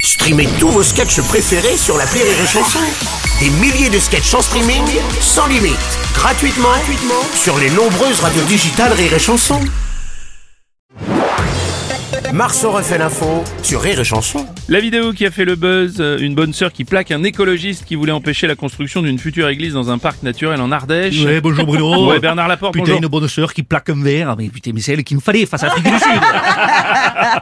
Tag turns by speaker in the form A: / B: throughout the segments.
A: Streamez tous vos sketchs préférés sur la Rire et Chanson. Des milliers de sketchs en streaming, sans limite, gratuitement, gratuitement sur les nombreuses radios digitales Rire et Chanson. Marceau refait l'info sur Rire et Chanson.
B: La vidéo qui a fait le buzz, euh, une bonne sœur qui plaque un écologiste qui voulait empêcher la construction d'une future église dans un parc naturel en Ardèche.
C: Ouais, bonjour Bruno.
B: Ouais, Bernard Laporte,
C: Putain,
B: bonjour.
C: une bonne sœur qui plaque un verre. Mais putain, mais c'est elle qu'il nous fallait face à l'Afrique du Sud.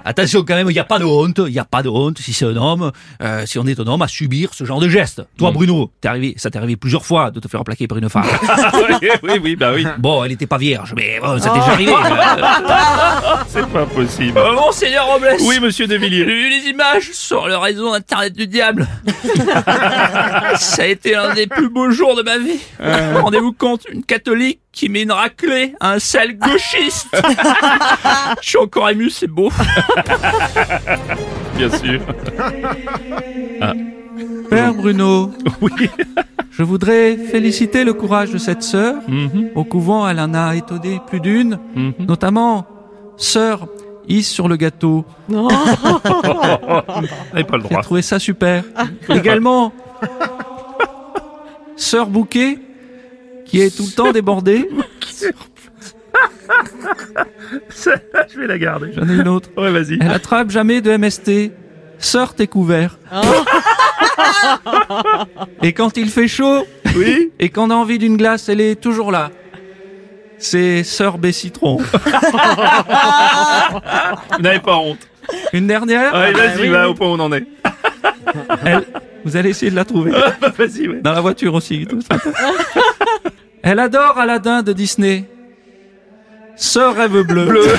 C: Attention quand même, il n'y a pas de honte. Il n'y a pas de honte si c'est un homme, euh, si on est un homme à subir ce genre de geste. Toi, Bruno, t'es arrivé, ça t'est arrivé plusieurs fois de te faire plaquer par une femme.
B: Ah, ouais, oui, oui, bah oui.
C: bon, elle n'était pas vierge, mais bon, ça t'est déjà arrivé. Euh,
B: C'est pas possible.
C: Monseigneur Oh, Robles.
B: Oui, monsieur De Villiers.
C: vu les images sur le réseau internet du diable. Ça a été un des plus beaux jours de ma vie. Rendez-vous compte, une catholique qui met une raclée à un sale gauchiste. Je suis encore ému, c'est beau.
B: Bien sûr.
D: Père Bruno,
B: Oui.
D: je voudrais féliciter le courage de cette sœur. Au couvent, elle en a étonné plus d'une, notamment sœur Is sur le gâteau.
B: N'avez pas le
D: J'ai
B: droit.
D: trouvé ça super. Également, sœur Bouquet, qui est tout le temps débordée.
B: Je vais la garder.
D: J'en ai une autre.
B: Ouais, vas-y.
D: Elle attrape jamais de MST. Sœur, t'es couvert. Et quand il fait chaud,
B: Oui.
D: Et qu'on a envie d'une glace, elle est toujours là. C'est Sœur B Citron.
B: Vous n'avez pas honte. Ah, bah
D: Une dernière
B: Ouais, vas-y, va au point où on en est.
D: Elle- Vous allez essayer de la trouver.
B: Bah, vas-y, ouais.
D: Dans la voiture aussi. tout ça. Elle adore Aladdin de Disney. Sœur Rêve Bleu.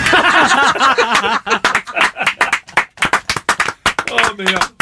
B: Oh merde.